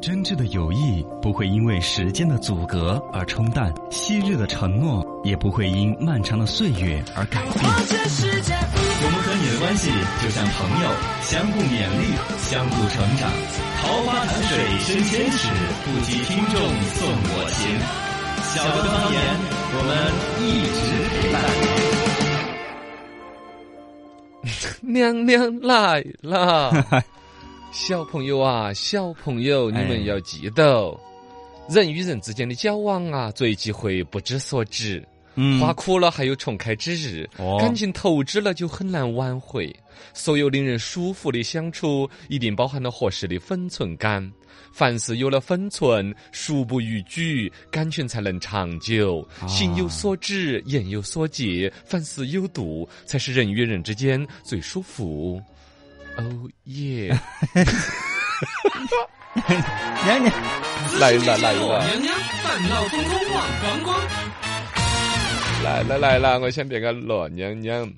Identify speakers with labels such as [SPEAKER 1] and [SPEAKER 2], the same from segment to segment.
[SPEAKER 1] 真挚的友谊不会因为时间的阻隔而冲淡，昔日的承诺也不会因漫长的岁月而改变。我们和你的关系就像朋友，相互勉励，相互成长。桃花潭水深千尺，不及听众送我情。小刚方言，我们一直陪伴。
[SPEAKER 2] 娘娘来了，小朋友啊，小朋友，你们要记得，人与人之间的交往啊，最忌讳不知所止。
[SPEAKER 1] 嗯
[SPEAKER 2] 花枯了还有重开之日，
[SPEAKER 1] 哦
[SPEAKER 2] 感情透支了就很难挽回。所有令人舒服的相处，一定包含了合适的分寸感。凡事有了分寸，孰不逾矩，感情才能长久。心有所指，言有所戒，凡事有度，才是人与人之间最舒服。哦耶！
[SPEAKER 1] 娘娘，
[SPEAKER 2] 来了来了。
[SPEAKER 3] 娘，烦恼通通忘光光。
[SPEAKER 2] 来了来了，我想变个罗娘娘。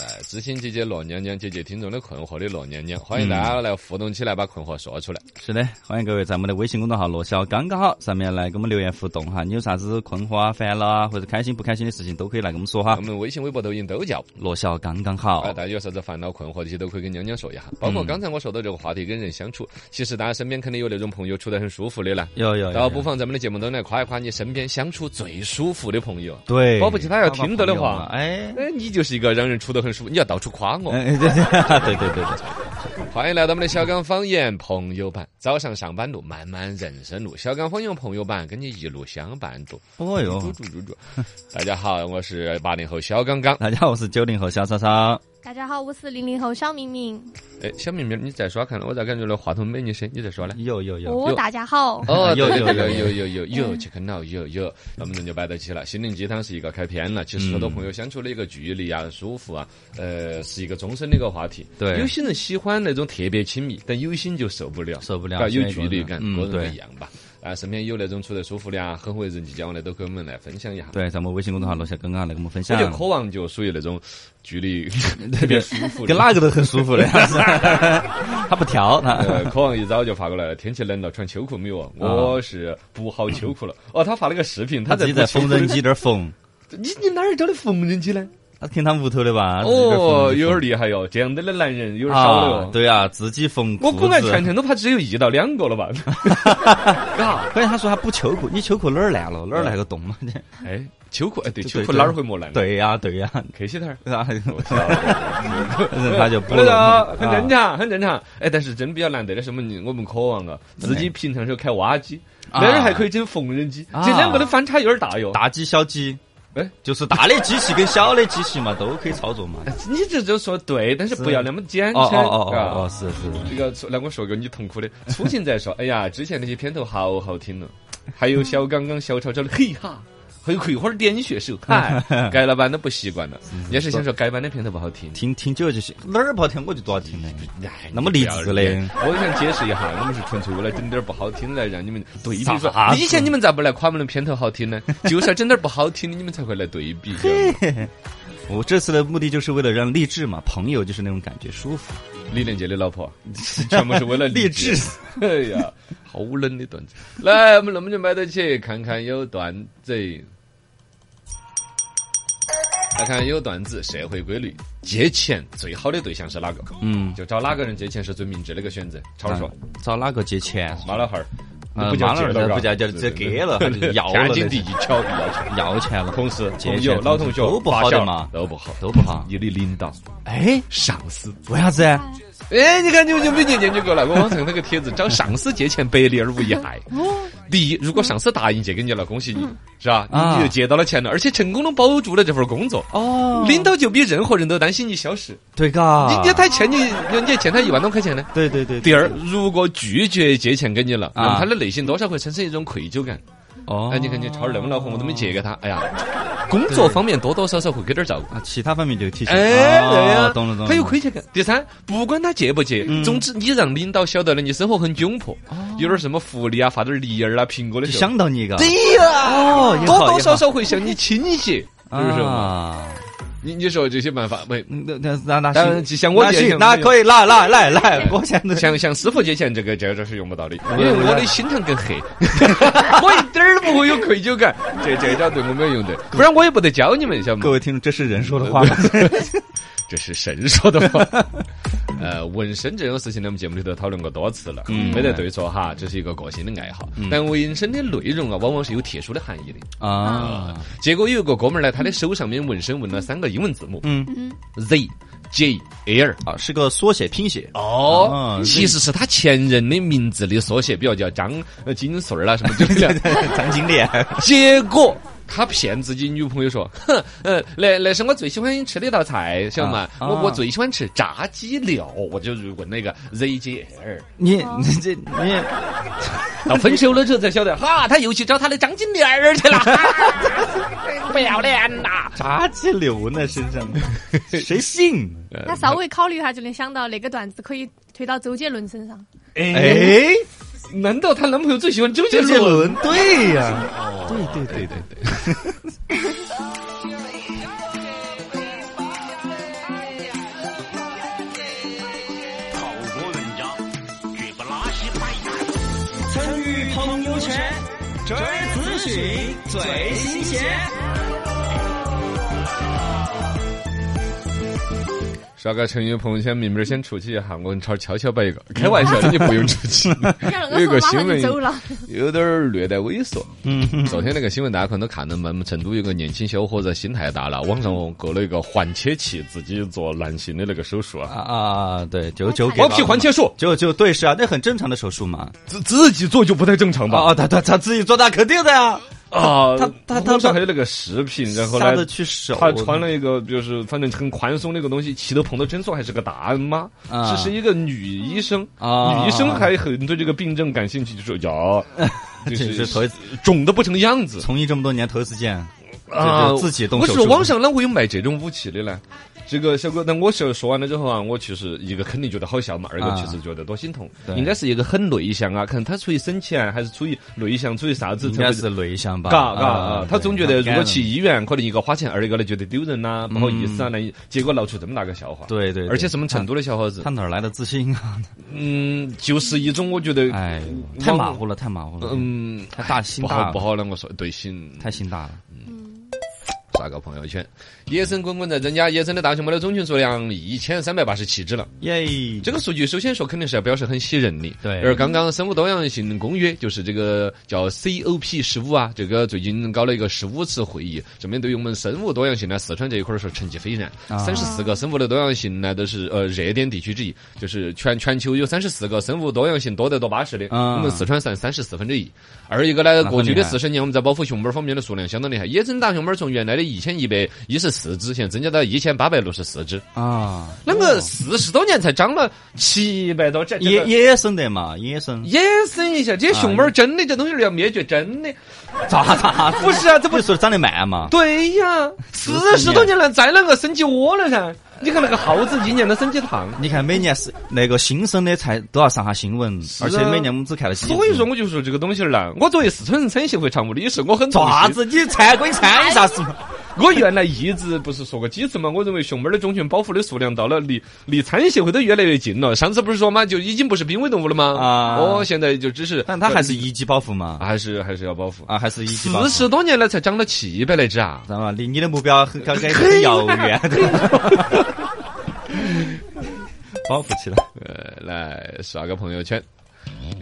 [SPEAKER 2] 哎，知心姐姐罗娘娘，解决听众的困惑的罗娘娘，欢迎大家来互动起来，把困惑说出来。
[SPEAKER 1] 是的，欢迎各位在我们的微信公众号“罗小刚刚好”上面来给我们留言互动哈，你有啥子困惑啊、烦恼啊，或者开心不开心的事情都可以来跟我们说哈
[SPEAKER 2] 我。们微信、微博、抖音都叫，
[SPEAKER 1] 罗小刚刚好嗯
[SPEAKER 2] 啊，，大家有啥子烦恼、困惑这些都可以跟娘娘说一下。包括刚才我说到这个话题，跟人相处，其实大家身边肯定有那种朋友处得很舒服的啦。
[SPEAKER 1] 有有，有
[SPEAKER 2] 然后不妨咱们的节目中来夸一夸你身边相处最舒服的朋友。
[SPEAKER 1] 对，
[SPEAKER 2] 保不齐他要听到的
[SPEAKER 1] 爸
[SPEAKER 2] 话
[SPEAKER 1] 爸朋 友嘛哎。
[SPEAKER 2] 哎，你就是一个让人处得很舒服，你要到处夸我。
[SPEAKER 1] 哎，对 对对对对对，
[SPEAKER 2] 欢迎来到我们的小刚方言朋友版，早上上班路，漫漫人生路，小刚方言朋友版跟你一路相伴度。
[SPEAKER 1] 哦
[SPEAKER 2] 嘟
[SPEAKER 1] 哟，
[SPEAKER 2] 嘟嘟嘟大家好，我是八零后小刚刚。
[SPEAKER 1] 大家好，我是九零后小超超，
[SPEAKER 4] 大家好，我是零零后小明明。
[SPEAKER 2] 哎，小明明，你再说看，我咋感觉那话筒没你声？你再说呢？
[SPEAKER 1] 有有有，
[SPEAKER 4] 哦，大家好，
[SPEAKER 5] 呃
[SPEAKER 2] 哦，
[SPEAKER 1] 有
[SPEAKER 2] 对
[SPEAKER 1] 有
[SPEAKER 2] 对
[SPEAKER 1] 有
[SPEAKER 2] 对有有有有，去看到有有，那么人就摆到起了。心灵鸡汤是一个开篇了，其实很多
[SPEAKER 1] 嗯
[SPEAKER 2] 朋友相处的一个距离啊、舒服啊，呃，是一个终身的一个话题。
[SPEAKER 1] 对
[SPEAKER 2] 有些人喜欢那种特别亲密，但有些人就受不了，
[SPEAKER 1] 受不了
[SPEAKER 2] 嘎，有
[SPEAKER 1] 现在
[SPEAKER 2] 距离感，
[SPEAKER 1] 嗯
[SPEAKER 2] 个人不一
[SPEAKER 1] 对
[SPEAKER 2] 样吧。啊，身边有那种处得舒服的啊，很会人际交往的，都跟我们来分享一下。
[SPEAKER 1] 对，在我们微信公众号罗小刚刚来跟我们分
[SPEAKER 2] 我
[SPEAKER 1] 享
[SPEAKER 2] 就，渴望就属于那种距离 特别舒服的，
[SPEAKER 1] 跟哪个都很舒 服的，他不挑他，
[SPEAKER 2] 呃，渴望一早就发过来了。天气冷了，穿秋裤没有啊？我是补好秋裤了。哦，他发了个视频，
[SPEAKER 1] 他自
[SPEAKER 2] 在
[SPEAKER 1] 己在缝纫机那儿缝，
[SPEAKER 2] 补秋裤的。你你哪儿找的缝纫机呢？
[SPEAKER 1] 他听他们屋头的吧？
[SPEAKER 2] 哦，
[SPEAKER 1] 自己
[SPEAKER 2] 有
[SPEAKER 1] 在缝
[SPEAKER 2] 点厉害哟，这样的的男人有点少了
[SPEAKER 1] 啊
[SPEAKER 2] 哟，。
[SPEAKER 1] 对啊，自己缝裤
[SPEAKER 2] 我
[SPEAKER 1] 子。
[SPEAKER 2] 估俺全程都怕只有一到两个了 吧？嘎，
[SPEAKER 1] 关键他说他补秋裤，你秋裤哪儿烂了？哪儿来个洞嘛？
[SPEAKER 2] 哎，秋裤哎，
[SPEAKER 1] 对
[SPEAKER 2] 对，秋裤
[SPEAKER 1] 对
[SPEAKER 2] 哪儿会磨烂？，
[SPEAKER 1] 对呀，对呀，
[SPEAKER 2] 客气 点儿。
[SPEAKER 1] 然后
[SPEAKER 2] 我知道 了
[SPEAKER 1] 他就补
[SPEAKER 2] 啊那个
[SPEAKER 1] 了。
[SPEAKER 2] 啊
[SPEAKER 1] 啊
[SPEAKER 2] 很正常，很正常。哎，但是真比较难得的是我们我们渴望啊，自己平常时候开挖机，
[SPEAKER 1] 哎啊
[SPEAKER 2] 那儿还可以整缝纫机，
[SPEAKER 1] 啊
[SPEAKER 2] 这两个的反差有点大哟。
[SPEAKER 1] 大机小机，
[SPEAKER 2] 哎
[SPEAKER 1] 就是大的机器跟小的机器嘛，都可以操作嘛。
[SPEAKER 2] 哎你这就说对，但是不要那么简
[SPEAKER 1] 哦
[SPEAKER 2] 称，
[SPEAKER 1] 哦哦
[SPEAKER 2] 嘎
[SPEAKER 1] 哦哦，是是，
[SPEAKER 2] 这个来我说个你痛苦的，初晴在说，哎呀，之前那些片头好好听了，还有小刚刚、小超超的嘿哈。还有葵花点穴手， 嗨，改了版都不习惯了。
[SPEAKER 1] 嗯
[SPEAKER 2] 也是想说改版的片头不好听，
[SPEAKER 1] 听听久了就行，哪儿不好听我就多好听的。
[SPEAKER 2] 哎
[SPEAKER 1] 那么励志嘞。
[SPEAKER 2] 你不要我想解释一下，我们是纯粹为了整点儿不好听来让你们对比。
[SPEAKER 1] 啥
[SPEAKER 2] 说
[SPEAKER 1] 子
[SPEAKER 2] 以前你们咋不来夸我们的片头好听呢？就是要整点儿不好听的，你们才会来对比。
[SPEAKER 1] 我这次的目的就是为了让励志嘛，朋友就是那种感觉舒服。
[SPEAKER 2] 李连杰的老婆，全部是为了励
[SPEAKER 1] 励。
[SPEAKER 2] 哎呀，好冷的段子！来，我们那么就买得起，看看有段子。来看有段子，社会规律，借钱最好的对象是哪个？
[SPEAKER 1] 嗯，
[SPEAKER 2] 就找哪个人借钱是最明智的一个选择。超说，
[SPEAKER 1] 找哪个借钱？
[SPEAKER 2] 妈老汉儿，你
[SPEAKER 1] 呃
[SPEAKER 2] 不叫
[SPEAKER 1] 妈
[SPEAKER 2] 借
[SPEAKER 1] 老
[SPEAKER 2] 了，
[SPEAKER 1] 儿
[SPEAKER 2] 嘎
[SPEAKER 1] 不叫叫直接给 了，他就要
[SPEAKER 2] 天
[SPEAKER 1] 了
[SPEAKER 2] 经
[SPEAKER 1] 那
[SPEAKER 2] 地
[SPEAKER 1] 是，
[SPEAKER 2] 义，瞧不要钱。
[SPEAKER 1] 要钱了。
[SPEAKER 2] 同事、
[SPEAKER 1] 借
[SPEAKER 2] 朋
[SPEAKER 1] 钱
[SPEAKER 2] 友、老同学
[SPEAKER 1] 都不好的嘛
[SPEAKER 2] 发小都不好，
[SPEAKER 1] 都不好
[SPEAKER 2] 你的领导、
[SPEAKER 1] 哎，
[SPEAKER 2] 上司。
[SPEAKER 1] 为啥子？
[SPEAKER 2] 哎，你看你们就没借钱就够了。我网上那个帖子，找上司借钱百利而无一害。第一，如果上司答应借给你了，恭喜你，是吧？
[SPEAKER 1] 啊
[SPEAKER 2] 你就借到了钱了，而且成功的保住了这份工作。
[SPEAKER 1] 哦
[SPEAKER 2] 领导就比任何人都担心你消失。
[SPEAKER 1] 对嘎，
[SPEAKER 2] 你你他欠你，你你欠他一万多块钱呢。
[SPEAKER 1] 对对对，
[SPEAKER 2] 第二，如果拒绝借钱给你了，那
[SPEAKER 1] 嗯啊
[SPEAKER 2] 么他的内心多少会产生一种愧疚感。
[SPEAKER 1] 哦，
[SPEAKER 2] 哎，你看你超儿那么恼火，我都没借给他。哎呀，工作方面多多少少会给点儿照顾。
[SPEAKER 1] 啊，其他方面就体现。
[SPEAKER 2] 哎，
[SPEAKER 5] 哦
[SPEAKER 2] 对呀、
[SPEAKER 1] 哦懂了懂了，嗯
[SPEAKER 2] 他有亏欠感。第三，不管他借不借，总之你让领导晓得了你生活很窘迫，有点什么福利啊，发点梨儿啊、苹果
[SPEAKER 1] 哦
[SPEAKER 2] 的
[SPEAKER 1] 就
[SPEAKER 2] 时候，
[SPEAKER 1] 想到你一个，
[SPEAKER 2] 对呀、
[SPEAKER 1] 哦也好啊
[SPEAKER 2] 多多
[SPEAKER 1] 也
[SPEAKER 2] 少嗯
[SPEAKER 1] 好
[SPEAKER 2] 少会向你倾斜，是不是嘛？
[SPEAKER 1] 啊？
[SPEAKER 2] 你你说这些办法没？
[SPEAKER 5] 那那那那
[SPEAKER 2] 当然
[SPEAKER 5] 行，
[SPEAKER 2] 像我
[SPEAKER 5] 那
[SPEAKER 2] 这
[SPEAKER 5] 行
[SPEAKER 2] 样
[SPEAKER 5] 那
[SPEAKER 2] 子
[SPEAKER 5] 可以，那那来来，我现在
[SPEAKER 2] 向向师傅借钱，这个这个是用不到的，因
[SPEAKER 5] 嗯
[SPEAKER 2] 为我的心肠更黑， 我一点儿都不会有愧疚感。这这一招对我没有用的，不然我也不得教你们，晓得
[SPEAKER 5] 各
[SPEAKER 2] 吗？
[SPEAKER 5] 位听众，这是人说的话吗？
[SPEAKER 2] 这是神说的话。 呃，纹身这种事情呢，我们节目里头讨论过多次了，
[SPEAKER 5] 嗯
[SPEAKER 2] 没得对错哈，这是一个个性的爱好。但纹身的内容啊，往往是有特殊的含义的。
[SPEAKER 5] 啊，
[SPEAKER 2] 结果有一个哥们儿呢，他的手上面纹身纹了三个英文字母，
[SPEAKER 5] 嗯
[SPEAKER 4] 嗯
[SPEAKER 2] z J L。
[SPEAKER 5] 啊，是个缩写拼写
[SPEAKER 2] 哦，
[SPEAKER 5] 啊
[SPEAKER 2] 其实是他前任的名字的缩写，比如叫张呃金穗儿啦什么之类的。
[SPEAKER 5] 张经理，
[SPEAKER 2] 结果他骗自己女朋友说：“ 哼，呃，那那是我最喜欢吃的一道菜，晓得吗？
[SPEAKER 5] 啊
[SPEAKER 2] 我
[SPEAKER 5] 啊
[SPEAKER 2] 我最喜欢吃炸鸡柳，我就问那个 Z J L。
[SPEAKER 5] 你你这你
[SPEAKER 2] 到分手了之后才晓得，哈，他又去找他的张金莲儿去了， 不要脸呐！
[SPEAKER 5] 炸鸡柳呢？身上 谁信？
[SPEAKER 4] 那稍微考虑一下就能想到那个段子可以推到周杰伦身 上。
[SPEAKER 2] 哎，
[SPEAKER 5] 哎，
[SPEAKER 2] 难道她男朋友最喜欢周杰
[SPEAKER 5] 周杰
[SPEAKER 2] 伦？
[SPEAKER 5] 伦，对呀，对对对对对，
[SPEAKER 3] 参与朋友圈，追资讯最新鲜。
[SPEAKER 2] 刷个成语朋友圈，明明先出去一下，我跟超儿悄悄摆一个，开 玩笑的，你不用出去。有一个新闻
[SPEAKER 4] 走了，
[SPEAKER 2] 有点儿略带猥琐。
[SPEAKER 5] 嗯哼，
[SPEAKER 2] 昨天那个新闻大家可能都看到嘛，我们成都有个年轻小伙子心太大了，网上购了一个缓切器，自己做男性的那个手术啊，
[SPEAKER 5] 啊啊，对，九九
[SPEAKER 4] 包
[SPEAKER 2] 包皮缓切术，
[SPEAKER 5] 就就对是啊，那很正常的手术嘛。
[SPEAKER 2] 自自己做就不太正常
[SPEAKER 5] 啊，
[SPEAKER 2] 吧？
[SPEAKER 5] 啊他他他自己做，那肯定的呀。
[SPEAKER 2] 啊，
[SPEAKER 5] 他他他
[SPEAKER 2] 网上还有那个视频，然后
[SPEAKER 5] 杀
[SPEAKER 2] 呢
[SPEAKER 5] 得？去手，
[SPEAKER 2] 他穿了一个，就是反正很宽松的一个东西，气都碰到诊所，还是个大妈，
[SPEAKER 5] 啊
[SPEAKER 2] 只是一个女医生，
[SPEAKER 5] 啊
[SPEAKER 2] 女医生还很对这个病症感兴趣，就说 哟，就
[SPEAKER 5] 这是
[SPEAKER 2] 是
[SPEAKER 5] 头一次，
[SPEAKER 2] 肿的不成样子，
[SPEAKER 5] 从医这么多年头一次见
[SPEAKER 2] 啊
[SPEAKER 5] 就就自己动
[SPEAKER 2] 我
[SPEAKER 5] 手
[SPEAKER 2] 说
[SPEAKER 5] 术
[SPEAKER 2] 网上哪会有卖这种武器的呢？这个小哥，那我说说完了之后啊，我其实一个肯定觉得好笑嘛，二个
[SPEAKER 5] 啊
[SPEAKER 2] 其实觉得多心痛。
[SPEAKER 5] 对
[SPEAKER 2] 应该是一个很内向啊，可能他出于省钱，还是出于内向，出于啥子？
[SPEAKER 5] 应该是内向吧？
[SPEAKER 2] 嘎嘎啊！他
[SPEAKER 5] 对
[SPEAKER 2] 总觉得如
[SPEAKER 5] 干
[SPEAKER 2] 果
[SPEAKER 5] 了
[SPEAKER 2] 去医院，可能一个花钱，二一个呢觉得丢人呐，不好意思啊，那结果闹出这么大个笑话。
[SPEAKER 5] 嗯对对，对
[SPEAKER 2] 而且是我们成都的小伙子
[SPEAKER 5] 他，哪儿来的自信 啊？
[SPEAKER 2] 嗯，就是一种我觉得，
[SPEAKER 5] 哎，
[SPEAKER 2] 往
[SPEAKER 5] 太马虎了，太马虎了，嗯，
[SPEAKER 2] 嗯，
[SPEAKER 5] 太大心
[SPEAKER 2] 不
[SPEAKER 5] 大
[SPEAKER 2] 好
[SPEAKER 5] 了
[SPEAKER 2] 不好了，我说对心
[SPEAKER 5] 太心大了。
[SPEAKER 2] 刷个朋友圈，野生滚滚在增加，野生的大熊猫的种群数量一千三百八十七只了。
[SPEAKER 5] 耶，
[SPEAKER 2] 这个数据首先说肯定是要表示很喜人的，
[SPEAKER 5] 对
[SPEAKER 2] 而刚刚生物多样性公约就是这个叫 COP 十五啊，这个最近搞了一个十五次会议，这边对于我们生物多样性呢，四川这一块儿说成绩斐然，
[SPEAKER 5] 啊
[SPEAKER 2] 三十四个生物的多样性呢都是呃热点地区之一，就是全全球有三十四个生物多样性多得多巴适的，
[SPEAKER 5] 啊
[SPEAKER 2] 我们四川算三十四分之一。二一个呢，
[SPEAKER 5] 那
[SPEAKER 2] 过去
[SPEAKER 5] 很厉
[SPEAKER 2] 的
[SPEAKER 5] 害
[SPEAKER 2] 四十年我们在保护熊猫方面的数量相当厉害，野生大熊猫从原来的一千一百一十四只，现在增加到一千八百六十四只。
[SPEAKER 5] 啊，
[SPEAKER 2] 那个四十多年才长了七百多只，这
[SPEAKER 5] 野
[SPEAKER 2] 个
[SPEAKER 5] 野生的嘛，野生
[SPEAKER 2] 野生一下，这些熊猫儿真的这东西儿要灭绝，真的
[SPEAKER 5] 咋咋？
[SPEAKER 2] 不是啊，这不
[SPEAKER 5] 不说长得慢嘛？
[SPEAKER 2] 对呀，四十多年了，再啷个升级窝了噻？你看那个耗子一年都升级一趟，
[SPEAKER 5] 你看每年是那个新生的才都要上下新闻，
[SPEAKER 2] 啊
[SPEAKER 5] 而且每年我们只看了几集。
[SPEAKER 2] 所以说我就说这个东西儿呢，我作为四川人参协会常务理事，我很痛
[SPEAKER 5] 爪
[SPEAKER 2] 心。
[SPEAKER 5] 子，你参归 参一下是
[SPEAKER 2] 哎
[SPEAKER 5] 吗？
[SPEAKER 2] 我原来一直不是说过几次嘛，我认为熊猫儿的种群保护的数量到了离离参协会都越来越近了。上次不是说嘛，就已经不是濒危动物了吗？
[SPEAKER 5] 啊
[SPEAKER 2] 哦，现在就只是，
[SPEAKER 5] 但它还是一级保护嘛，
[SPEAKER 2] 还是还是要保护。
[SPEAKER 5] 啊，还是一级保护
[SPEAKER 2] 四。十多年了才涨了七百来只啊！
[SPEAKER 5] 知道吗？离你的目标很很很很遥远的。保护起来，
[SPEAKER 2] 呃，来刷个朋友圈，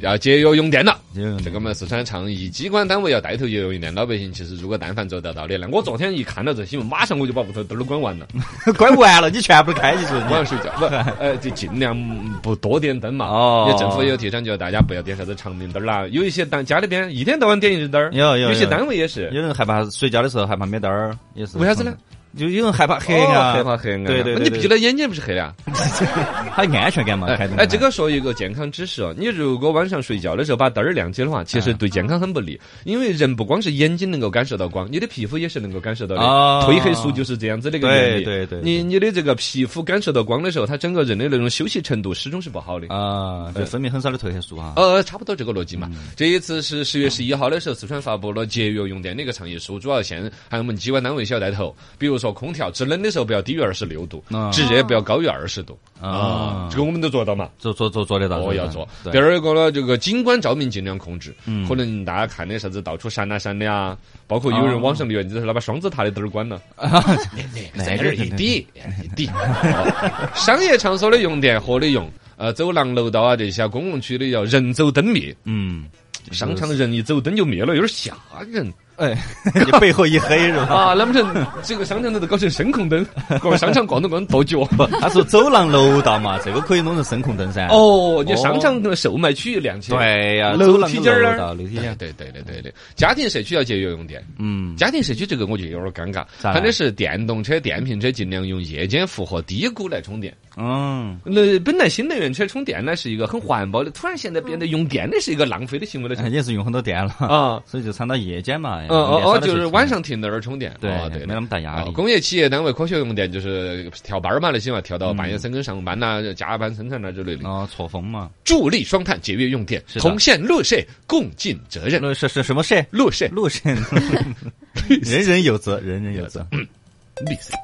[SPEAKER 2] 要节约用电了。
[SPEAKER 5] 这
[SPEAKER 2] 这个我们四川倡议，机关单位要带头节约用电。老百姓其实如果但凡做得到的，那我昨天一看到这新闻，马上我就把屋头灯儿关完了，
[SPEAKER 5] 关完了，你全部开起去。
[SPEAKER 2] 我要睡 觉。不，呃，就尽量不多点灯嘛。
[SPEAKER 5] 哦
[SPEAKER 2] 因为政府也有提倡，就大家不要点啥子长明灯儿啦。有一些单家里边一天到晚点一日灯儿，
[SPEAKER 5] 有有
[SPEAKER 2] 有些
[SPEAKER 5] 有
[SPEAKER 2] 单位也是。
[SPEAKER 5] 有人害怕睡觉的时候害怕没灯儿，也是
[SPEAKER 2] 为啥子呢？？
[SPEAKER 5] 就有人害怕黑
[SPEAKER 2] 哦
[SPEAKER 5] 啊，
[SPEAKER 2] 害怕黑暗啊。
[SPEAKER 5] 对对
[SPEAKER 2] 那
[SPEAKER 5] 对
[SPEAKER 2] 你
[SPEAKER 5] 对
[SPEAKER 2] 闭了眼睛不是黑了啊？
[SPEAKER 5] 他有安全感嘛？开
[SPEAKER 2] 哎
[SPEAKER 5] 灯。啊
[SPEAKER 2] 哎，这个说一个健康知识哦，你如果晚上睡觉的时候把灯儿亮起的话，
[SPEAKER 5] 嗯
[SPEAKER 2] 其实对健康很不利，因为人不光是眼睛能够感受到光，你的皮肤也是能够感受到的。
[SPEAKER 5] 哦
[SPEAKER 2] 褪黑素就是这样子的一个原理。
[SPEAKER 5] 对对对
[SPEAKER 2] 你你的这个皮肤感受到光的时候，它整个人的那种休息程度始终是不好的。
[SPEAKER 5] 啊，对，分泌很少的褪黑素啊。
[SPEAKER 2] 呃，差不多这个逻辑嘛。
[SPEAKER 5] 嗯
[SPEAKER 2] 这一次是十月十一号的时候，四川发布了节约用电的一个倡议书，主要现还有我们机关单位需要带头，比如说空调制冷的时候不要低于二十六度
[SPEAKER 5] 啊，
[SPEAKER 2] 制热不要高于二十度
[SPEAKER 5] 啊
[SPEAKER 2] 啊，这个我们都做到嘛。
[SPEAKER 5] 做做做做得到，
[SPEAKER 2] 哦，要做。
[SPEAKER 5] 对嗯
[SPEAKER 2] 第二个呢，这个景观照明尽量控制，可能大家看的啥子到处闪啊闪的啊，包括有人网上留言就是他把双子塔的灯儿关了，
[SPEAKER 5] 啊
[SPEAKER 2] 那
[SPEAKER 5] 那
[SPEAKER 2] 那
[SPEAKER 5] 个
[SPEAKER 2] 儿一滴一滴。哦商业场所的用电合理用，呃，走廊、楼道啊这些公共区的要人走灯灭，
[SPEAKER 5] 嗯，
[SPEAKER 2] 商场人一走灯就灭了，有点吓人
[SPEAKER 5] 哎，你背后一黑是 吧？
[SPEAKER 2] 啊！能不能这个商场都搞成声控 灯，逛商场逛都逛跺脚？
[SPEAKER 5] 他说走廊楼道嘛，这个可以弄成声控灯噻。，
[SPEAKER 2] 哦，你商场的售卖区亮起来。
[SPEAKER 5] 啊对呀，
[SPEAKER 2] 楼
[SPEAKER 5] 走廊
[SPEAKER 2] 梯
[SPEAKER 5] 楼
[SPEAKER 2] 间儿啊
[SPEAKER 5] 道，楼梯间
[SPEAKER 2] 对对
[SPEAKER 5] 儿，
[SPEAKER 2] 对对对对，家庭社区要节约用电。
[SPEAKER 5] 嗯，
[SPEAKER 2] 家庭社区这个我就有点尴尬，
[SPEAKER 5] 咋了
[SPEAKER 2] 反正是电动车、电瓶车尽量用夜间负荷低估来充电。
[SPEAKER 5] 嗯，
[SPEAKER 2] 那本来新能源车充电呢是一个很环保的，突然现在变得用电的是一个浪费的行为了。
[SPEAKER 5] 哎也是用很多电了，
[SPEAKER 2] 啊，
[SPEAKER 5] 所以就掺到夜间嘛。
[SPEAKER 2] 嗯哦哦，
[SPEAKER 5] 夜间
[SPEAKER 2] 就是
[SPEAKER 5] 充
[SPEAKER 2] 晚上停那儿充电。
[SPEAKER 5] 对
[SPEAKER 2] 哦对，
[SPEAKER 5] 没那么大压力
[SPEAKER 2] 哦工业企业单位科学用电就是调班儿嘛那些嘛，调到半夜三更上班呐、加班生产呐之类的，
[SPEAKER 5] 哦，错峰嘛，
[SPEAKER 2] 助力双碳节约用电，
[SPEAKER 5] 是的
[SPEAKER 2] 同县六社共尽责任。
[SPEAKER 5] 那是是什么社？
[SPEAKER 2] 六社
[SPEAKER 5] 路线，人人有责，人人有责。
[SPEAKER 2] 绿色。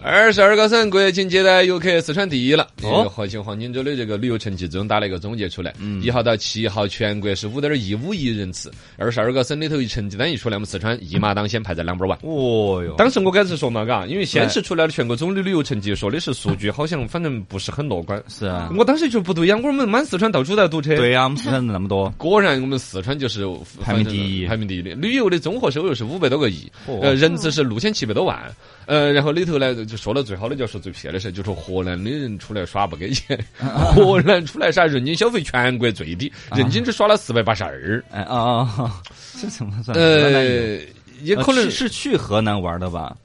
[SPEAKER 2] 二十二个省国庆接待游客，四川第一了。
[SPEAKER 5] 哦
[SPEAKER 2] 哦，核心黄金周的这个旅游成绩最终打了一个总结出来。一号到七号，全国是五点一五亿人次，二十二个省里头一成绩单一出来，我们四川一马当先排在 number one。
[SPEAKER 5] 哦哟，
[SPEAKER 2] 当时我刚才说嘛，嘎，因为先是出来了全国总的旅游成绩，说的是数据好像反正不是很乐观。
[SPEAKER 5] 是啊，
[SPEAKER 2] 我当时就不对呀，我们满四川到处在堵车。
[SPEAKER 5] 对啊呀，我们四川人那么多，
[SPEAKER 2] 果然，我们四川就是
[SPEAKER 5] 排名第一
[SPEAKER 2] 排名第一的。旅游的综合收入是五百多个亿，
[SPEAKER 5] 哦
[SPEAKER 2] 呃，人次是六千七百多万，呃，然后里头呢就说了最好的就说最撇的事，就说河南的人出来耍不给钱，
[SPEAKER 5] 啊
[SPEAKER 2] 河南出来耍人均消费全国最低，人均只耍了四百八十二，
[SPEAKER 5] 哎啊啊，哦 这怎么算？河南有
[SPEAKER 2] 呃，也
[SPEAKER 5] 呃
[SPEAKER 2] 可能
[SPEAKER 5] 是是去河南玩的吧？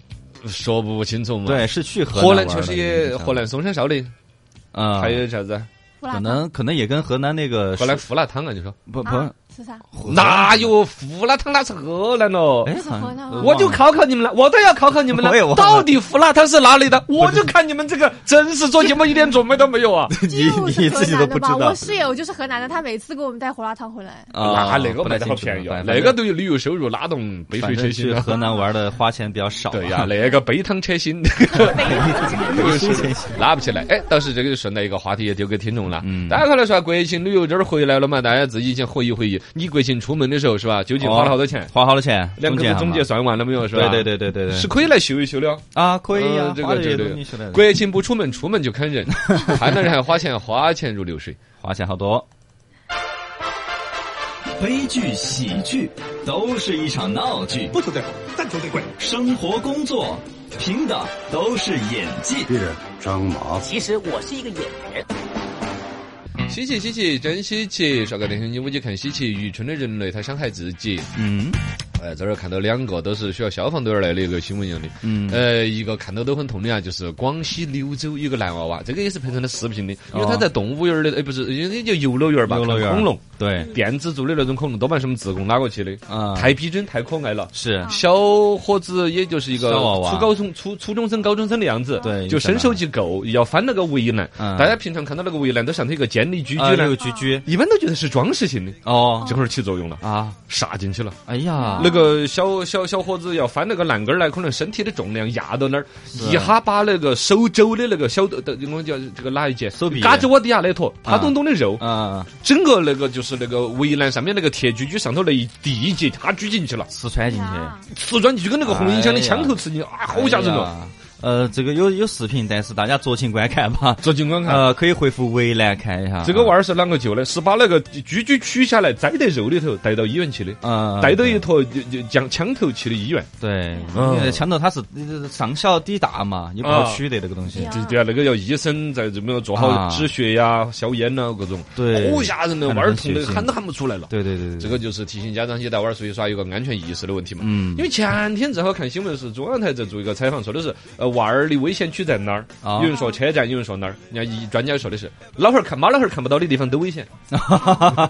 [SPEAKER 2] 说不清楚嘛。，
[SPEAKER 5] 呃对，是去河
[SPEAKER 2] 河
[SPEAKER 5] 南
[SPEAKER 2] 南
[SPEAKER 5] 玩
[SPEAKER 2] 确
[SPEAKER 5] 的
[SPEAKER 2] 实也
[SPEAKER 5] 印象
[SPEAKER 2] 河南嵩山烧的，
[SPEAKER 5] 啊，
[SPEAKER 2] 还有啥子啊？
[SPEAKER 4] 胡辣
[SPEAKER 5] 可
[SPEAKER 4] 汤
[SPEAKER 5] 能可能也跟河南那个
[SPEAKER 2] 河南
[SPEAKER 5] 是
[SPEAKER 2] 胡辣汤啊，你说
[SPEAKER 5] 不
[SPEAKER 4] 啊
[SPEAKER 5] 不，
[SPEAKER 4] 是啥？
[SPEAKER 2] 哪有胡辣汤？那是河南喽。
[SPEAKER 5] 哎，
[SPEAKER 4] 是
[SPEAKER 5] 好像
[SPEAKER 4] 河南吗
[SPEAKER 5] 呃
[SPEAKER 2] 我就
[SPEAKER 5] 忘了
[SPEAKER 2] 考考你们了，我都要考考你们
[SPEAKER 5] 我也忘
[SPEAKER 2] 了。
[SPEAKER 5] 了
[SPEAKER 2] 到底胡辣汤是哪里的？我就看你们这个真是做节目一点准备都没有 啊！
[SPEAKER 5] 你
[SPEAKER 4] 哎就是
[SPEAKER 5] 你
[SPEAKER 4] 河
[SPEAKER 5] 自己都
[SPEAKER 4] 南
[SPEAKER 5] 不
[SPEAKER 4] 的
[SPEAKER 5] 知
[SPEAKER 4] 吧？
[SPEAKER 5] 道
[SPEAKER 4] 我室友就是河南的，他每次给我们带胡辣汤回来。
[SPEAKER 2] 那那个
[SPEAKER 5] 啊不
[SPEAKER 2] 卖得
[SPEAKER 5] 太清
[SPEAKER 2] 好
[SPEAKER 5] 楚
[SPEAKER 2] 便宜啊，
[SPEAKER 5] 反
[SPEAKER 2] 那
[SPEAKER 5] 正
[SPEAKER 2] 个都有旅游收入拉动杯
[SPEAKER 5] 反
[SPEAKER 2] 水车
[SPEAKER 5] 正
[SPEAKER 2] 薪
[SPEAKER 5] 去
[SPEAKER 2] 啊！
[SPEAKER 5] 河南玩的花钱比较少，啊
[SPEAKER 2] 对呀、
[SPEAKER 5] 呀，
[SPEAKER 2] 那个杯汤车 薪，这个是 拉不起来。哎，倒是这个就顺带一个话题也丢给听众了。
[SPEAKER 5] 嗯
[SPEAKER 2] 大家可能说国庆旅游这儿回来了嘛，大家自己先回忆回忆，你国庆出门的时候是吧？究竟花了好多钱？
[SPEAKER 5] 花好多钱，
[SPEAKER 2] 两个
[SPEAKER 5] 哦中
[SPEAKER 2] 字总结
[SPEAKER 5] 哈
[SPEAKER 2] 算完了没有？是吧？
[SPEAKER 5] 对对对对对对，
[SPEAKER 2] 是可以来秀一秀的哦。
[SPEAKER 5] 啊，可以呀
[SPEAKER 2] 嗯，这
[SPEAKER 5] 花
[SPEAKER 2] 个
[SPEAKER 5] 这些
[SPEAKER 2] 这
[SPEAKER 5] 东
[SPEAKER 2] 个
[SPEAKER 5] 西 出来的
[SPEAKER 2] 国庆不出门，出门就砍 人，看到人还花钱，花钱如流水。
[SPEAKER 5] 花钱好多，
[SPEAKER 1] 悲剧、喜剧，都是一场闹剧；
[SPEAKER 3] 不求最好，但求最贵。
[SPEAKER 1] 生活、工作，凭的都是演技。
[SPEAKER 6] 其实我是一个演员。
[SPEAKER 5] 嗯
[SPEAKER 2] 稀奇稀奇，真稀奇！刷个电视机，我去看稀奇。愚蠢的人类，他伤害自己。
[SPEAKER 5] 嗯
[SPEAKER 2] 哎，这儿看到两个都是需要消防队儿来的一个新闻一样的。
[SPEAKER 5] 嗯，
[SPEAKER 2] 呃，一个看到都很痛的啊，就是广西柳州有个男娃娃，这个也是拍成了视频的，因
[SPEAKER 5] 哦
[SPEAKER 2] 为他在动物园儿的，哎，不是，因为就游乐园儿吧，
[SPEAKER 5] 游乐园
[SPEAKER 2] 看恐龙，
[SPEAKER 5] 对
[SPEAKER 2] 电子做的那种恐龙，多半是我们自贡拉过去的，
[SPEAKER 5] 啊，
[SPEAKER 2] 太逼真，太可爱了。
[SPEAKER 5] 是
[SPEAKER 2] 小伙子也就是一个
[SPEAKER 5] 小娃娃
[SPEAKER 2] 初高中、初初中生、高中生的样子，
[SPEAKER 5] 对
[SPEAKER 2] 就
[SPEAKER 5] 有
[SPEAKER 2] 身
[SPEAKER 5] 点
[SPEAKER 2] 手就够，要翻那个围栏。
[SPEAKER 5] 嗯
[SPEAKER 2] 大家平常看到那个围栏都像它一个尖的狙
[SPEAKER 5] 啊
[SPEAKER 2] 狙
[SPEAKER 5] 六
[SPEAKER 2] 呢，
[SPEAKER 5] 居居
[SPEAKER 2] 一般都觉得是装饰性的，
[SPEAKER 5] 哦
[SPEAKER 2] 这会儿起作用了，
[SPEAKER 5] 啊，
[SPEAKER 2] 杀进去了。
[SPEAKER 5] 哎呀，
[SPEAKER 2] 那个小小小伙子要翻那个栏杆儿来，可能身体的重量压到那儿，
[SPEAKER 5] 啊
[SPEAKER 2] 一哈把那个手肘的那个小的，的我们叫这个哪一节？
[SPEAKER 5] 手臂
[SPEAKER 2] 嘎吱窝底下那坨趴咚咚的肉，
[SPEAKER 5] 啊，
[SPEAKER 2] 整个那个就是那个围栏上面那个铁狙狙上头那一第一节，他狙进去了。
[SPEAKER 5] 四川进去
[SPEAKER 4] 哎呀。
[SPEAKER 2] 瓷砖就跟那个红缨枪的枪头刺进，啊，好吓人哦！
[SPEAKER 5] 哎呀！呃，这个有有视频，但是大家酌情观看吧。
[SPEAKER 2] 做警官看，
[SPEAKER 5] 呃，可以回复围栏看一下。
[SPEAKER 2] 嗯这个娃儿是啷个救的？是把那个狙狙取下来，栽在肉里头，带到医院去的，
[SPEAKER 5] 啊，呃，
[SPEAKER 2] 带到一坨就就将枪头去的医院。
[SPEAKER 5] 对，
[SPEAKER 2] 嗯啊
[SPEAKER 5] 因为枪头它是呃上小抵大嘛，你不好取得这个东西
[SPEAKER 4] 啊。
[SPEAKER 2] 对对啊，那个要医生在这边做好
[SPEAKER 5] 啊
[SPEAKER 2] 止血呀、消炎呐，各种，
[SPEAKER 5] 对
[SPEAKER 2] 好吓人的，
[SPEAKER 5] 看
[SPEAKER 2] 娃
[SPEAKER 5] 得
[SPEAKER 2] 儿
[SPEAKER 5] 很
[SPEAKER 2] 痛的
[SPEAKER 5] 血腥
[SPEAKER 2] 喊都喊不出来了。
[SPEAKER 5] 对对对对，
[SPEAKER 2] 哦这个就是提醒家长去带娃儿出去耍有个安全意识的问题嘛。
[SPEAKER 5] 嗯
[SPEAKER 2] 因为前天正好看新闻是中央台在做一个采访，说的是呃娃儿的危险区在哪儿？
[SPEAKER 5] 啊
[SPEAKER 2] 有人说车站，有人说哪儿？人家一专家说的是老汉儿看妈老汉儿看不到的地方都危险，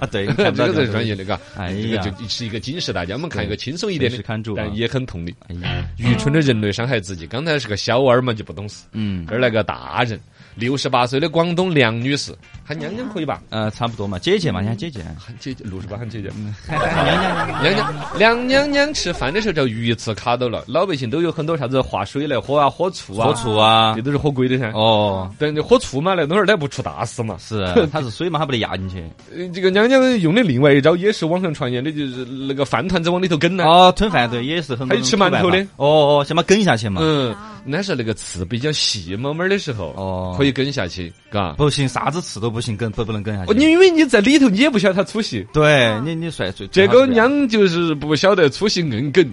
[SPEAKER 5] 对，
[SPEAKER 2] 这
[SPEAKER 5] 看不到
[SPEAKER 2] 个才
[SPEAKER 5] 这
[SPEAKER 2] 是专业的，嘎。
[SPEAKER 5] 哎
[SPEAKER 2] 这
[SPEAKER 5] 呀
[SPEAKER 2] 个就是一个警示大家，我们看一个轻松一点
[SPEAKER 5] 随
[SPEAKER 2] 的
[SPEAKER 5] 时看住，啊
[SPEAKER 2] 但也很痛的。
[SPEAKER 5] 哎呀，
[SPEAKER 2] 愚蠢的人类伤害自己，刚才是个小娃儿嘛就不懂事，
[SPEAKER 5] 嗯，
[SPEAKER 2] 这儿来个大人。六十八岁的广东梁女士，喊娘娘可以吧？
[SPEAKER 5] 呃，差不多嘛，姐姐嘛，人家姐姐，啊
[SPEAKER 2] 喊姐姐，六十八喊姐姐。
[SPEAKER 5] 嗯娘娘
[SPEAKER 2] 娘娘梁娘娘吃饭的时候叫鱼翅卡到了，老百姓都有很多啥子化水来喝啊，喝醋啊，
[SPEAKER 5] 喝醋啊
[SPEAKER 2] 这，都是喝贵的噻。
[SPEAKER 5] 哦，
[SPEAKER 2] 但喝醋嘛，那东西儿它不出大事嘛。
[SPEAKER 5] 是， 它是水嘛，它不得压进去。
[SPEAKER 2] 呃这个娘娘用的另外一招也是网上传言的，就是那个饭团子往里头梗呢。
[SPEAKER 5] 哦，吞饭对，也是很多
[SPEAKER 2] 还有
[SPEAKER 5] 种
[SPEAKER 2] 吃馒头的
[SPEAKER 5] 办法。哦哦，先把它梗下去嘛。
[SPEAKER 2] 嗯，那是那个刺比较细毛毛的时候，
[SPEAKER 5] 哦
[SPEAKER 2] 可以梗下去，嘎。
[SPEAKER 5] 不行，啥子刺都不行，梗不不能梗下去。
[SPEAKER 2] 哦你因为你在里头，你也不晓得它粗啊细，
[SPEAKER 5] 对你你帅最
[SPEAKER 2] 这个娘就是不晓得粗细硬梗，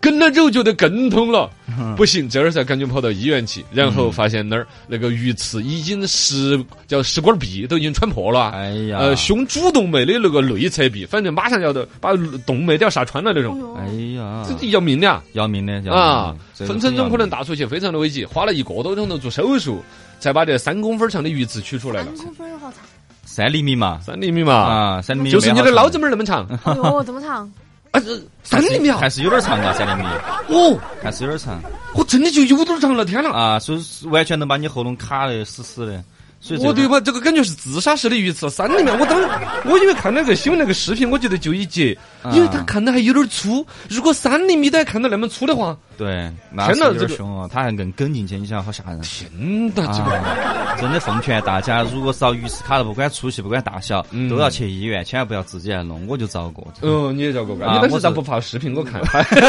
[SPEAKER 2] 梗了之后觉得更痛了，不行，这儿才赶紧跑到医院去，然后发现那儿那个鱼刺已经食叫食管壁都已经穿破了，
[SPEAKER 5] 哎呀
[SPEAKER 2] 呃，胸主动脉的那个内侧壁，反正马上要得把动脉都要杀穿了那种，
[SPEAKER 5] 哎呀，
[SPEAKER 2] 这就要命的啊！
[SPEAKER 5] 要命的要命的
[SPEAKER 2] 啊，
[SPEAKER 5] 这个
[SPEAKER 2] 分分钟可
[SPEAKER 5] 很要
[SPEAKER 2] 能
[SPEAKER 5] 命
[SPEAKER 2] 大出血，非常的危急，花了一个多钟头做手术，才把这三公分长的鱼刺取出来了
[SPEAKER 4] 三，公分好长，
[SPEAKER 5] 三厘米嘛，
[SPEAKER 2] 三厘米嘛，
[SPEAKER 5] 啊，三厘米嗯
[SPEAKER 2] 就是你的
[SPEAKER 5] 脑
[SPEAKER 2] 脑子门儿那么长，
[SPEAKER 4] 哎呦，这么 长，
[SPEAKER 2] 啊，这三厘米啊
[SPEAKER 5] 还，是有点长啊，三厘米
[SPEAKER 2] 哦，
[SPEAKER 5] 还是有点长
[SPEAKER 2] 我真的就有点儿长了，天哪！
[SPEAKER 5] 啊，所以是完全能把你喉咙卡得死死的。所以这
[SPEAKER 2] 我
[SPEAKER 5] 个
[SPEAKER 2] 对吧？这个感觉是自杀式的鱼刺，三厘米。啊我当我因为看那个新闻那个视频，我觉得就一截，
[SPEAKER 5] 啊
[SPEAKER 2] 因为它看的还有点儿粗。如果三厘米都还看到那么粗的话，
[SPEAKER 5] 对，那
[SPEAKER 2] 天
[SPEAKER 5] 是
[SPEAKER 2] 哪
[SPEAKER 5] 有点
[SPEAKER 2] 这个
[SPEAKER 5] 凶哦，他还硬跟进去，你想好吓人。
[SPEAKER 2] 天哪，嗯这个
[SPEAKER 5] 啊，真的奉劝大家，如果遭鱼刺卡了，不管粗细，不管大小，都要去医院，千万不要自己来弄。我就遭过，
[SPEAKER 2] 嗯，你也遭过干？
[SPEAKER 5] 啊
[SPEAKER 2] 你当时
[SPEAKER 5] 我哎
[SPEAKER 2] 咋
[SPEAKER 5] 是
[SPEAKER 2] 不发视频给我看？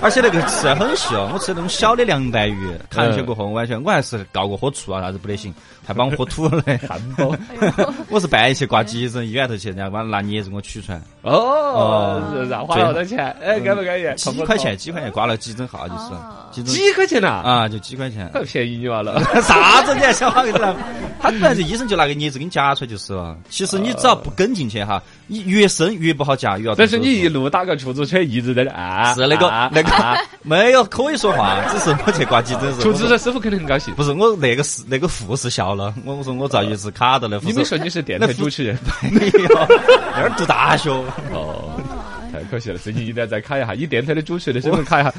[SPEAKER 5] 而且那个刺很细哦，我吃那种小的凉拌鱼，卡进去过后，我完全我还是告过喝醋啊啥子不得行，还把我喝吐了。 汉堡，我是半夜去挂急诊，医院头去，人家把拿镊子给我取出来，
[SPEAKER 2] 哦，让花
[SPEAKER 5] 对
[SPEAKER 2] 了多少钱？哎，该不该也？
[SPEAKER 5] 几嗯块钱，几块钱挂了急诊号就是
[SPEAKER 4] 哦
[SPEAKER 5] 急诊
[SPEAKER 2] 几块钱呐？
[SPEAKER 5] 啊，就几块钱。
[SPEAKER 2] 便宜你娃了。
[SPEAKER 5] 啥子？你还想法给他？ 他本来就医生就拿个镊子给你夹出来就是了。其实你只要不跟进去哈，你越深越不好啊夹，越要动
[SPEAKER 2] 但
[SPEAKER 5] 手
[SPEAKER 2] 是
[SPEAKER 5] 术。
[SPEAKER 2] 你一路打个出租车，一直在那啊，
[SPEAKER 5] 是那个
[SPEAKER 2] 啊
[SPEAKER 5] 那个没有可以说话，只是我去挂急诊室。
[SPEAKER 2] 出租
[SPEAKER 5] 我
[SPEAKER 2] 车师傅肯定很高兴。
[SPEAKER 5] 不是我那个是那个护士笑了，我我说我遭一次卡到了，
[SPEAKER 2] 你
[SPEAKER 5] 护
[SPEAKER 2] 没
[SPEAKER 5] 士
[SPEAKER 2] 说你是电
[SPEAKER 5] 那
[SPEAKER 2] 台
[SPEAKER 5] 副
[SPEAKER 2] 主持人
[SPEAKER 5] 没有，那儿读大学。
[SPEAKER 2] 哦， 太可惜了。最近一定要再卡一下，以电台的主持人的身份卡一下。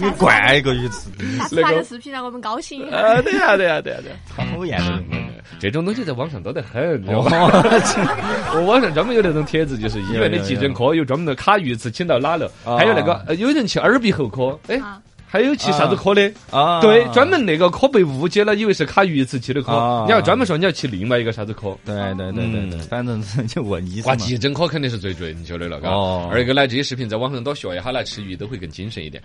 [SPEAKER 5] 你灌一个鱼刺，
[SPEAKER 4] 下次
[SPEAKER 2] 那个
[SPEAKER 4] 发个视频让我们高兴一下。
[SPEAKER 2] 啊，对呀，对呀，对呀，对呀。
[SPEAKER 5] 讨厌的人。
[SPEAKER 2] 嗯这种东西在网上多得很，你知道吗
[SPEAKER 5] 哦，
[SPEAKER 2] 我网上专门有那种帖子，就是医院的急诊科有专门的卡鱼刺，请到哪了？
[SPEAKER 5] 啊
[SPEAKER 2] 还有那个呃有人去耳鼻喉科，哎
[SPEAKER 4] 啊，
[SPEAKER 2] 还有去啥子科的？
[SPEAKER 5] 啊
[SPEAKER 2] 对，专门那个科被误解了，以为是卡鱼刺去的科
[SPEAKER 5] 啊，
[SPEAKER 2] 你要专门说你要去另外一个啥子科。
[SPEAKER 5] 对对对对对，反正是就问医生
[SPEAKER 2] 挂
[SPEAKER 5] 嘛。
[SPEAKER 2] 急诊科肯定是最准确的了，嘎
[SPEAKER 5] 哦。
[SPEAKER 2] 二一个呢，这些视频在网上多学一下，来吃鱼都会更精神一点。